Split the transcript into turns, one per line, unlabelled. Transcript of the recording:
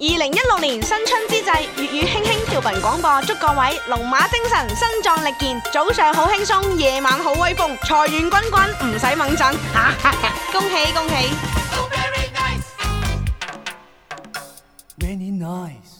二零一六年新春之際，粵語輕輕調頻廣播祝各位龍馬精神、身壯力健，早上好輕鬆，夜晚好威風，財源滾滾，唔使掹陣，恭喜恭喜！
Rainy nights.